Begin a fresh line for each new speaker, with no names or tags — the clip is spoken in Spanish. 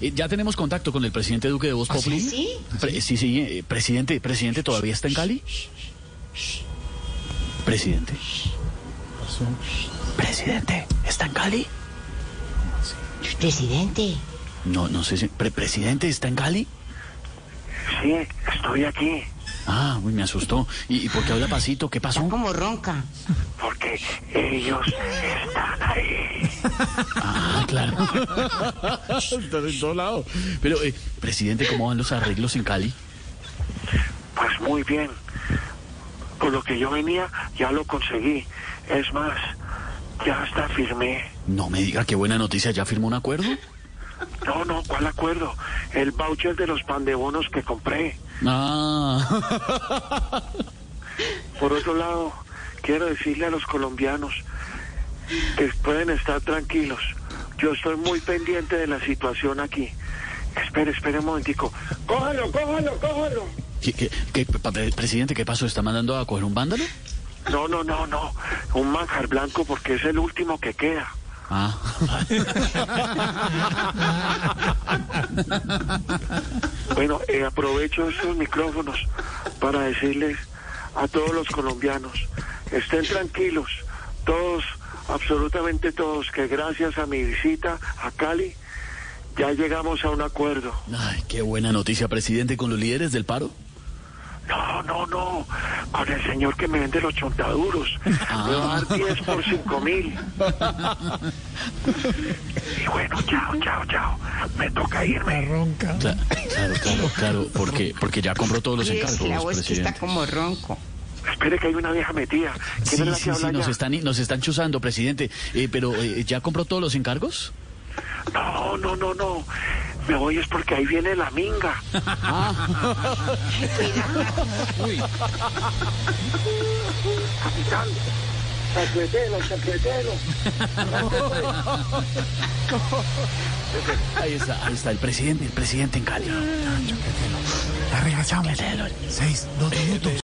Eh, Ya tenemos contacto con el presidente Duque de Voz
¿Ah, sí?
Populi.
¿Sí?
Pre- sí, sí, eh, presidente, presidente, ¿todavía está en Cali? Presidente. Presidente, ¿está en Cali?
Presidente,
No, no sé si... pre- ¿Presidente está en Cali?
Sí, estoy aquí.
Ah, uy, me asustó. ¿Y, y por qué habla pasito? ¿Qué pasó?
como ronca.
Porque ellos están ahí.
Ah, claro. está en todo lado. Pero, eh, presidente, ¿cómo van los arreglos en Cali?
Pues muy bien. Por lo que yo venía, ya lo conseguí. Es más, ya hasta firmé.
No me diga qué buena noticia, ¿ya firmó un acuerdo?
No, no, ¿cuál acuerdo? El voucher de los pandebonos que compré.
Ah.
Por otro lado, quiero decirle a los colombianos que pueden estar tranquilos. Yo estoy muy pendiente de la situación aquí. Espere, espere un momentico. ¡Cójalo, cójalo, cójalo!
¿Qué, qué- qué- pa- pre- presidente, ¿qué pasó? ¿Está mandando a coger un vándalo?
No, no, no, no. Un manjar blanco porque es el último que queda.
Ah.
Bueno, eh, aprovecho estos micrófonos para decirles a todos los colombianos, estén tranquilos, todos, absolutamente todos, que gracias a mi visita a Cali ya llegamos a un acuerdo.
Ay, qué buena noticia, presidente, con los líderes del paro.
No, no, no, con el señor que me vende los chontaduros. Me va a dar 10 por 5 mil. Y bueno, chao, chao, chao. Me toca irme.
Cla- claro, claro, claro, porque, porque ya compró todos los
Y es
encargos,
que la voz que está
presidente.
como ronco.
Espere que hay una vieja metida. ¿Quién
Sí,
es la que
sí, sí,
habla
nos
ya?
están, nos están chuzando, presidente. Eh, pero, eh, ¿ya compró todos los encargos?
No, no, no, no. Me voy es porque ahí viene la minga. Capitán, chapretelo, chapretelo.
Ahí está, ahí está, el presidente, el presidente en Cali.
Ya regresamos. Seis, dos minutos.